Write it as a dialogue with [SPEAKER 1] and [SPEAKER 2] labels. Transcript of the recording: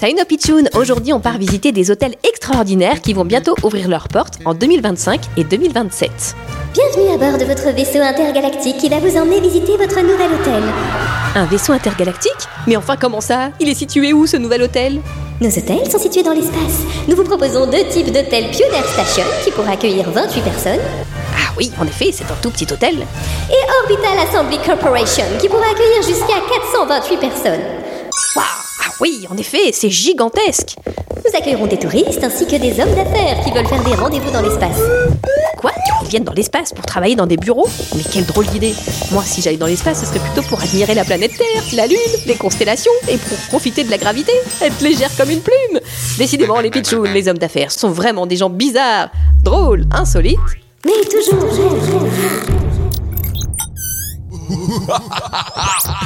[SPEAKER 1] Salut nos pitchounes Aujourd'hui, on part visiter des hôtels extraordinaires qui vont bientôt ouvrir leurs portes en 2025 et 2027.
[SPEAKER 2] Bienvenue à bord de votre vaisseau intergalactique qui va vous emmener visiter votre nouvel hôtel.
[SPEAKER 1] Un vaisseau intergalactique Mais enfin, comment ça Il est situé où ce nouvel hôtel
[SPEAKER 2] Nos hôtels sont situés dans l'espace. Nous vous proposons deux types d'hôtels Pioneer Station qui pourra accueillir 28 personnes
[SPEAKER 1] Ah oui, en effet, c'est un tout petit hôtel.
[SPEAKER 2] et Orbital Assembly Corporation qui pourra accueillir jusqu'à 428 personnes.
[SPEAKER 1] Waouh Ah oui, en effet, c'est gigantesque
[SPEAKER 2] Nous accueillerons des touristes ainsi que des hommes d'affaires qui veulent faire des rendez-vous dans l'espace.
[SPEAKER 1] Quoi Ils viennent dans l'espace pour travailler dans des bureaux Mais quelle drôle d'idée Moi, si j'allais dans l'espace, ce serait plutôt pour admirer la planète Terre, la Lune, les constellations, et pour profiter de la gravité, être légère comme une plume Décidément, les pitchouns, les hommes d'affaires, sont vraiment des gens bizarres, drôles, insolites.
[SPEAKER 2] Mais toujours, toujours, toujours.